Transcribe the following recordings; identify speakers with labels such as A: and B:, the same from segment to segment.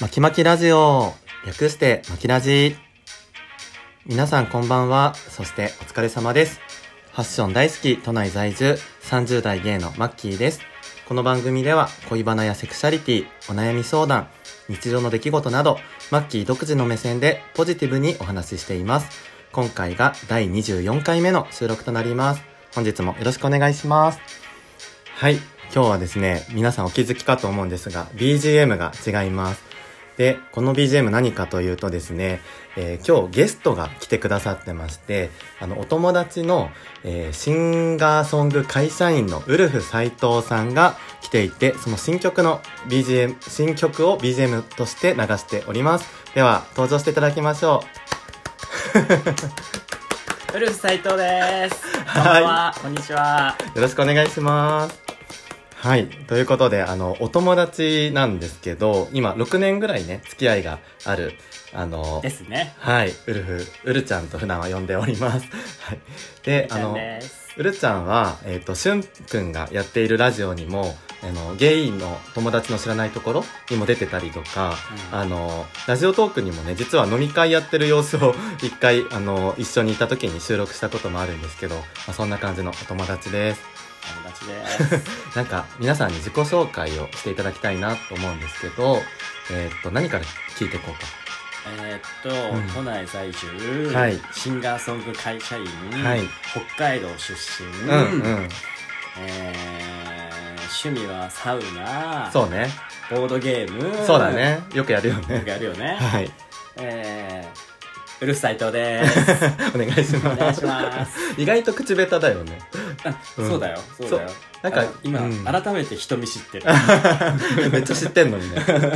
A: まきまきラジオ略してまきラジ皆さんこんばんはそしてお疲れ様ですファッション大好き都内在住30代芸のマッキーですこの番組では恋バナやセクシャリティお悩み相談日常の出来事などマッキー独自の目線でポジティブにお話ししています今回が第24回目の収録となります本日もよろしくお願いしますはい今日はですね皆さんお気づきかと思うんですが BGM が違いますでこの BGM 何かというとですね、えー今日ゲストが来てくださってましてあのお友達の、えーシンガーソング会社員のウルフ斎藤さんが来ていてその新曲の BGM 新曲を BGM として流しておりますでは登場していただきましょ
B: ウルフ斉藤です。こん
A: は
B: ば
A: い
B: んは。こんにちは。
A: うよろしくお願いしますはいということであのお友達なんですけど今6年ぐらいね付き合いがあるあの
B: ですね。
A: はい、ウルフ、ウルちゃんと普段は呼んでおります。 はい。で、あ
B: ちゃん
A: の、
B: です。
A: ウルちゃんは、えっ、と、しゅんくんがやっているラジオにも、あの、ゲイの友達の知らないところにも出てたりとか、
B: うん
A: あの、ラジオトークにもね、実は飲み会やってる様子を 一回、あの、一緒にいた時に収録したこともあるんですけど、まあ、そんな感じのお友達です。
B: 友達です。
A: なんか、皆さんに自己紹介をしていただきたいなと思うんですけど、えっ、と、何から聞いていこうか。
B: え
A: う
B: ーっ
A: ん
B: と、都内在住、
A: はい
B: シンガーソング会社員、
A: はい
B: 北海道出身、
A: うん、うん。
B: えー趣味はサウナ、
A: そうね。
B: ボードゲーム、
A: そうだ。ね。よくやるよ
B: よく
A: ね。
B: やるよね。
A: はい。
B: えー、ウルフ斉藤です。
A: お願いし
B: お
A: ます。
B: 願いします。
A: 意外と口下手だよね。 うん
B: そうだよ、そうだよ。
A: なんか
B: あの今、
A: うん
B: 改めて人見知ってる。
A: めっちゃ知ってんのにね。 なんか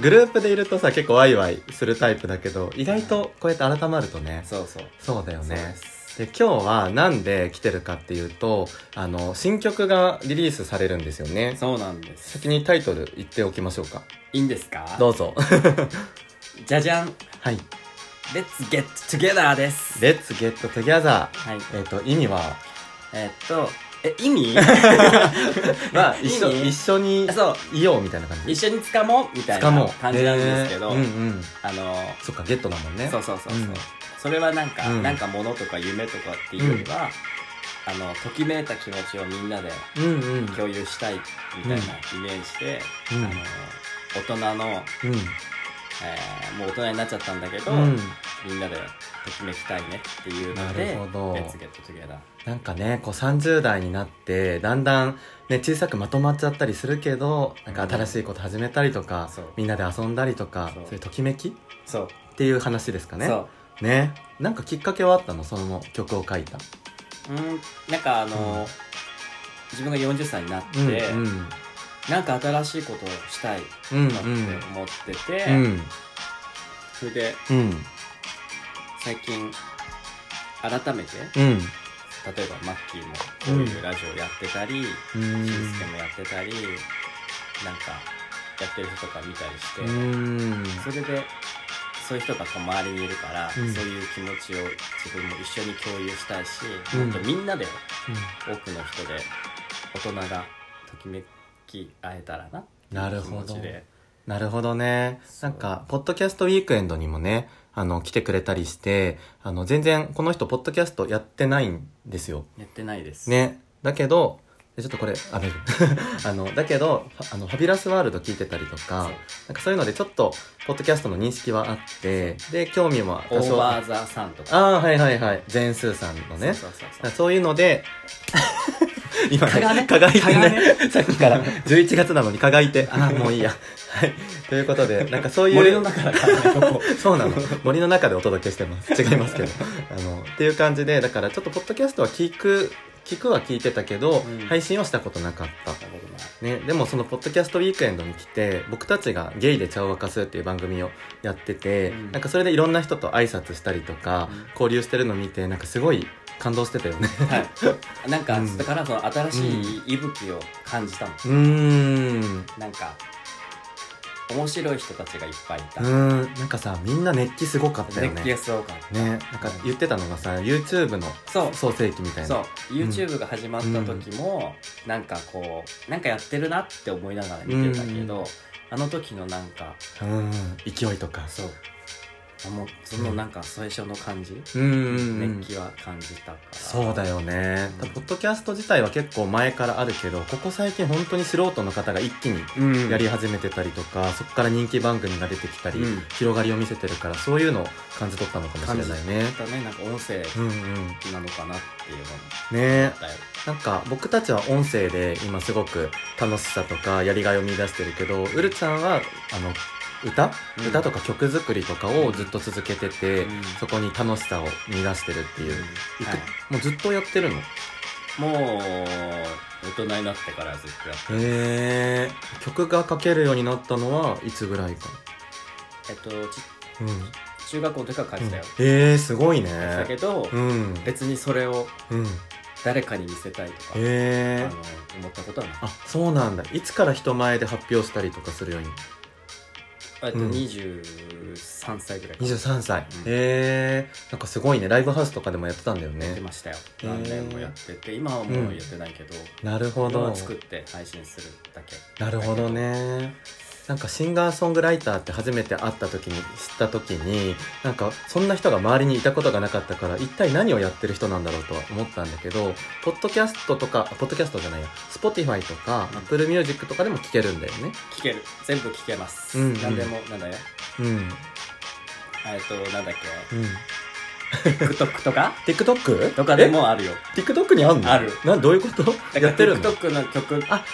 A: グループでいるとさ、結構ワイワイするタイプだけど、意外とこうやって改まるとね。
B: そうそう。
A: そうだよ
B: そうで
A: ね。
B: す
A: で、今日はなんで来てるかっていうと、あの、新曲がリリースされるんですよね。
B: そうなんです。
A: 先にタイトル言っておきましょうか。
B: いいんですか
A: どうぞ。
B: じゃじゃん
A: はい。
B: レッツゲット together です。
A: Let's get together.
B: はい。
A: えっ、と、意 味は、
B: えっと、え、意味
A: まあ、一緒、
B: 意味
A: 一緒に
B: あそう。
A: いようみたいな感じ。
B: 一緒につかもうみたい
A: かも
B: な感じなんですけど、
A: うんうん
B: あの、
A: そっかゲットだもんね
B: そうそうそうそう、
A: うん
B: それはなんか、
A: うん
B: なんか物とか夢とかっていうよりは、あの、ときめいた気持ちをみんなで
A: うんうん
B: 共有したいみたいなイメージで、
A: うん
B: あの、大人の、
A: うん
B: えーもう大人になっちゃったんだけど、
A: うん
B: みんなでときめきたいねっていうの
A: な
B: で、
A: るほど
B: レッツゲット together。
A: なんかねこう30代になってだんだんね小さくまとまっちゃったりするけどなんか新しいこと始めたりとか、
B: そう
A: みんなで遊んだりとかそ
B: そうう
A: いうときめきっ
B: そう。
A: ていう話ですかね
B: そう。
A: ねなんかきっかけはあったのその曲を書いた
B: うんなんかあの、
A: うん
B: 自分が40歳になって、
A: うんうん
B: なんか新しいことをしたいなって
A: うん
B: 思ってて、
A: うんうん
B: それで
A: うん
B: 最近改めて
A: うん
B: 例えばマッキーもこういうラジオやってたりし
A: うんん
B: すけもやってたりなんかやってる人とか見たりして、
A: うん
B: それでそういう人がこう周りにいるから、
A: うん
B: そういう気持ちを自分も一緒に共有したいし、
A: うん
B: もっとみんなで多くの人で大人がときめき会えたらなって
A: ないる
B: う気
A: ほ
B: 持
A: ど
B: ちで
A: なるほどね。
B: そ
A: な
B: うん
A: か、ポッドキャストウィークエンドにもね、あの、来てくれたりして、あの、全然この人、ポッドキャストやってないんですよ。
B: やってないです、
A: ね。だけど、でちょっとこれ、あ、大丈夫 あの、だけど、ファあの、ファビュラスワールド聞いてたりと
B: そう
A: か、なんかそういうので、ちょっと、ポッドキャストの認識はあって、で、興味も
B: オ
A: 多
B: ー
A: 少。
B: バ
A: あ
B: ーザーさんとか
A: あー、はいはいはい。ジェーンスーさんのね。
B: そうそ
A: だ
B: う
A: か
B: そう
A: らそういうの で、今
B: 蚊 がね
A: 輝いて
B: 蚊
A: ね、さっきから、11月なのに輝いて、ああ、もういいや。はい。ということで、なんかそういう。
B: 森の中だからねここ
A: そうなの。森の中でお届けしてます。違いますけ ど。あの、っていう感じで、だからちょっとポッドキャストは聞く、聞くは聞いてたけど、
B: うん
A: 配信はしたことなかった。
B: なるほどな
A: ね、でもそのポッドキャストウィークエンドに来て僕たちが「ゲイで茶を沸かす」っていう番組をやってて、
B: うん
A: なんかそれでいろんな人と挨拶したりとか、
B: うん
A: 交流してるの見てなんかすごい感動してたよね
B: はいなんか、
A: うん
B: だからその新しい息吹を感じたの、
A: うーん
B: なんか面白い人たちがいっぱいいた、
A: うーんなんかさみんな熱気すごかったよ
B: 熱気が
A: ね
B: すごかった
A: ねなんか言ってたのがさ YouTube の
B: そう
A: 創世記みたい
B: そう
A: な
B: YouTube が始まった時も、なんかこうなんかやってるなって思いながら見てたけど、あの時のなんか
A: うーん勢いとか
B: そうあもうそのなんか最初の感じ、
A: うーん
B: 熱気は感じたから
A: そうだよね、
B: うん
A: ポッドキャスト自体は結構前からあるけどここ最近本当に素人の方が一気に
B: うん
A: やり始めてたりとか、そこから人気番組が出てきたり、
B: うん
A: 広がりを見せてるからそういうのを感じ取ったのかもしれないね
B: またねなんか音声
A: うんうん
B: なのかなっていうのも
A: ね
B: あったよ、
A: なんか僕たちは音声で今すごく楽しさとかやりがいを見出してるけどうるちゃんはあの歌、
B: うん
A: 歌とか曲作りとかをずっと続けてて、
B: うん
A: そこに楽しさを見出してるっていう、いく
B: はい
A: もうずっとやってるの
B: もう大人になってからずっとやっ
A: へえ曲が書けるようになったのはいつぐらいか
B: えっとち
A: うん
B: 中学校の時から書いてたよ、
A: へえすごいね
B: だけど、
A: うん
B: 別にそれを
A: うんへ
B: 誰かに見せたいとか、
A: え
B: あの思ったことはない
A: あそうなんだいつから人前で発表したりとかするように
B: えっと
A: うん
B: 23歳ぐらいから
A: 23歳、
B: うん
A: へえんかすごいねライブハウスとかでもやってたんだよ
B: やって
A: ね
B: ましたよ
A: へー
B: 何年もやってて今はもうやってないけど、
A: なるほ
B: 今
A: ど
B: は作って配信するだけ
A: なるほどねなんかシンガーソングライターって初めて会った時に知った時になんかそんな人が周りにいたことがなかったから一体何をやってる人なんだろうとは思ったんだけどポッドキャストとかあポッドキャストじゃないや Spotify とか
B: うん
A: Apple Music とかでも聴けるんだよね
B: 聞ける全部聞けます、
A: うんうん
B: 何でもなんだよ
A: うん
B: えっとなんだっ
A: うん
B: け TikTok とか
A: TikTok?
B: とかでもあるよ
A: え TikTok にあんの
B: ある
A: なんどういうことやってるの
B: だ
A: あ
B: から TikTok の曲
A: あ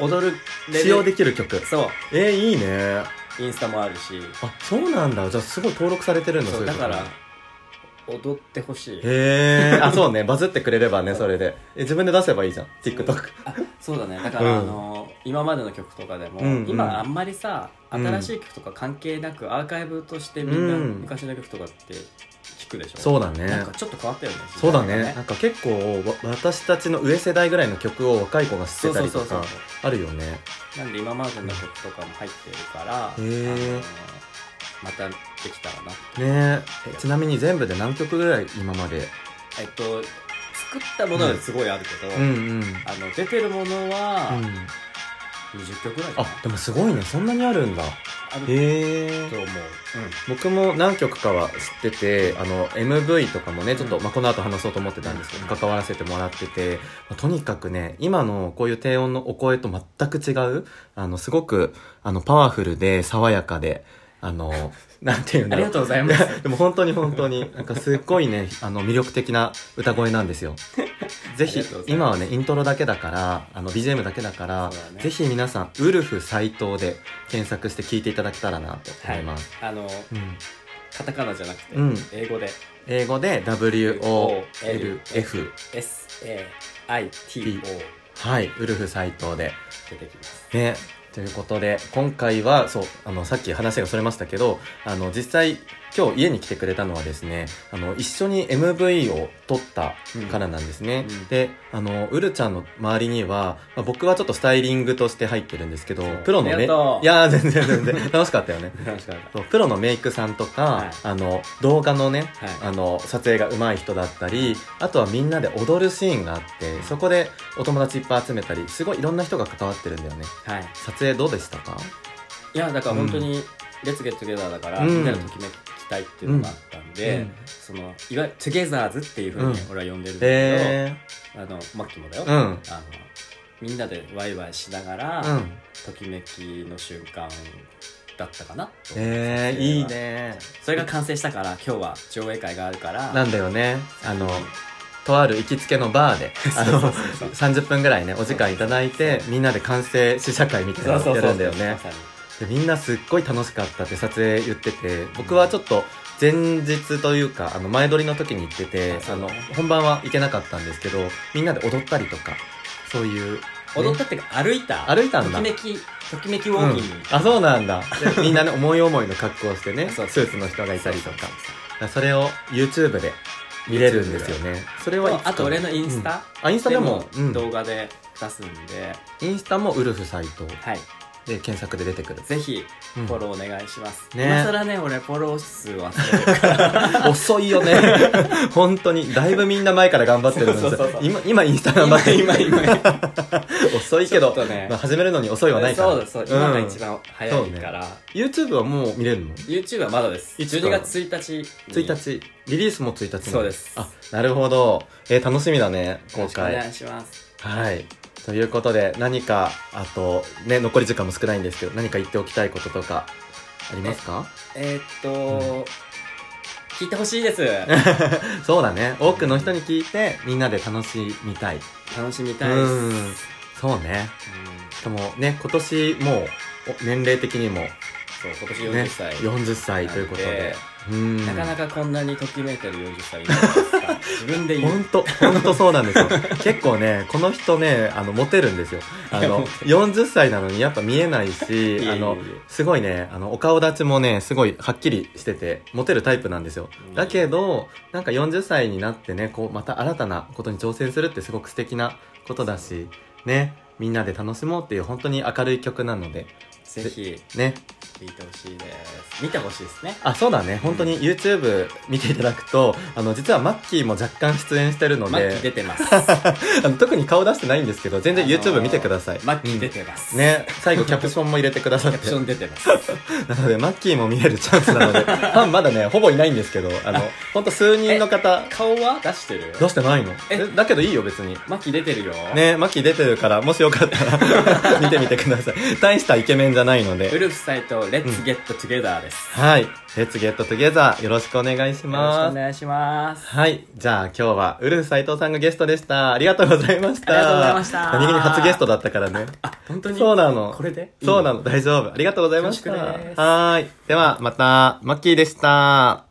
B: 踊る
A: ー使用できる曲
B: そ
A: えー、いいね
B: うインスタもあるし
A: あそうなんだじゃあすごい登録されてるんだ
B: そう
A: い
B: だ
A: とこ
B: から踊ってほしい
A: へえあそうねバズってくれればねそれでえ自分で出せばいいじゃん TikTok
B: あそうだねだから、
A: うん
B: あの今までの曲とかでも、
A: うんうん
B: 今あんまりさ新しい曲とか関係なく、アーカイブとしてみんな
A: うん
B: 昔の曲とかって聞くでしょ、
A: そうだ
B: なん
A: ね
B: かちょっと変わったよね
A: そうだねなんか結構わ私たちの上世代ぐらいの曲を若い子が知
B: そ
A: っ
B: う
A: てた
B: そ
A: り
B: う
A: と
B: そうそう
A: かあるよね
B: なんで今までの曲とかも入ってるから、
A: へー
B: あのまたできたらな
A: ねええちなみに全部で何曲ぐらい今まで
B: えっと作ったものはすごいあるけど、
A: うんうんうん
B: あの出てるものは20曲ぐらいかな
A: あでもすごいねそんなにあるんだ
B: ある
A: へ
B: と
A: え
B: 思う、
A: 僕も何曲かは知っててあの MV とかもねちょっと、
B: うん
A: まあ、この後話そうと思ってたんですけど、
B: うん
A: 関わらせてもらってて、まあとにかくね今のこういう低音のお声と全く違うあのすごくあのパワフルで爽やかであ のなんていうん
B: あ
A: だ
B: り
A: ろう
B: がとうございます
A: でも本当に本当になんかすっごいねあの魅力的な歌声なん ですよぜ
B: あり
A: ひ
B: がとうございま
A: 今は
B: す
A: ねイントロだけだからあの BGM だけだから
B: そうだね
A: ぜひ皆さん「ウルフ斎藤」で検索して聴いていただけたらなと思います、
B: あの
A: うん
B: カタカナじゃなくて、
A: うん
B: 英語で
A: 英語で WOLF
B: SAITO
A: はいウルフ斎藤で
B: 出てきます
A: ねということで今回はそうあのさっき話がそれましたけどあの実際今日家に来てくれたのはですねあの一緒に MV を撮ったからなんですね、
B: うんうん
A: であのうるちゃんの周りには、まあ僕はちょっとスタイリングとして入ってるんですけど
B: そう
A: プロのね
B: ありがとう
A: やー全然全然楽しかった よね
B: 楽しかった
A: そうプロのメイクさんとか、
B: はい
A: あの動画のね
B: はい
A: あの撮影が上手い人だったりあとはみんなで踊るシーンがあってそこでお友達いっぱい集めたりすごいいろんな人が関わってるんだよね
B: はい
A: 撮影どうでしたか
B: いやだから本当に「Let's Get Together」だから、
A: うん
B: みんなでときめきたいっていうのがあったんで、
A: うん
B: そのいわゆる「Togethers」っていうふうに
A: うん
B: 俺は呼んでるんだけ
A: え
B: ど、あのマッキーもだよ、
A: ー、うん
B: あのみんなでワイワイしながら、
A: うん
B: ときめきの瞬間だったかなと
A: えー、いいね
B: それが完成したから今日は上映会があるから
A: なんだよねあのとある行きつけのバーであの30分ぐらいねお時間いただいてみんなで完成試写会みたいなのやるんだよね
B: まさに
A: でみんなすっごい楽しかったって撮影言ってて僕はちょっと前日というかあの前撮りの時に行ってて
B: あそ
A: あ
B: う
A: の本番は行けなかったんですけどみんなで踊ったりとかそういう、ね
B: 踊ったっていうか歩いた
A: 歩いたんだ
B: ときめきときめきウォーキング、
A: うんあそうなん だでみんなね思い思いの格好をしてねス
B: そうそう
A: ーツの人がいたりとかそれを YouTube で見れるんですよねそれはいつか
B: あと俺のインスタ、
A: うんあインスタでもうん
B: 動画で出すんで、
A: インスタもウルフサイト
B: はい
A: で検索で出てくる、
B: ぜひ
A: う
B: フォ
A: ん、
B: ローお願いします、
A: ね
B: 今更ね俺フォロー数忘れてる
A: 遅いよ ね本当にだいぶみんな前から頑張ってるのにさ
B: そうそうそう
A: 今今インスタ 頑張ってる
B: 今今今
A: 遅いけど
B: ちょっとね
A: まあ、始めるのに遅いはないから
B: そうだそう今が一番早いから、
A: YouTube はもう見れるの
B: YouTube はまだです
A: いつ
B: 12
A: から
B: 月1日に
A: 1日リリースも1日なんだ
B: そうです
A: あなるほど、えー楽しみだね
B: よ
A: 公
B: ろしくお願
A: 開
B: いします
A: はいということで何かあとね残り時間も少ないんですけど何か言っておきたいこととかありますか
B: えー、っと、聞いてほしいです
A: そうだね多くの人に聞いてみんなで楽しみたい
B: 楽しみたいです、うん
A: んそうねしかもね今年もうお年齢的にも、ね、
B: そう今年40歳、
A: 40歳ということでうん
B: なかなかこんなにときめいてる40歳いないです か自分で言
A: ほ
B: うん
A: と、ほんとそうなんですよ。結構ね、この人ね、あの、モテるんですよ。あ
B: いや
A: の
B: モ、テ
A: 40歳なのにやっぱ見えないし
B: いえいえい、え
A: あの、すごいね、あの、お顔立ちもね、すごいはっきりしてて、モテるタイプなんですよ。
B: うん
A: だけど、なんか40歳になってね、こう、また新たなことに挑戦するってすごく素敵なことだし、ね、みんなで楽しもうっていう本当に明るい曲なので、
B: ぜひ
A: ね。
B: 聞いてほしいです見てほしいですね
A: あ、そうだね。本当に YouTube 見ていただくと、あの、実はマッキーも若干出演してるので、
B: マッキー出てます
A: あの特に顔出してないんですけど全然
B: あのー
A: YouTube 見てください、
B: マッキー出
A: う
B: てます、
A: んね最後キャプションも入れてくだ
B: キ
A: さっ
B: ャプ
A: て
B: ション出てます
A: なのでマッキーも見れるチャンスなので ファンまだねほぼいないんですけどあの本当数人の方
B: 顔は出してる
A: 出してないの
B: え
A: えだけどいいよ別に
B: マッキー出てるよ、
A: ねマッキー出てるからもしよかったら見てみてくだ さい大したイケメンじゃないの
B: ウ
A: で
B: ルフサイトレッツゲットトゥゲダーです、
A: はい「Let's Get Together」よろしくお願いし
B: よろしく
A: ま
B: お
A: す
B: 願いします
A: はい。じゃあ今日はウルフ斎藤さんがゲストでした。ありがとうございました。
B: ありがとうございました
A: 何気に初ゲストだったからね。
B: 本当に
A: そうなの
B: これでいい
A: そうなの、大丈夫。ありがとうございました。
B: 恐縮です
A: はーい。では、また、マッキーでした。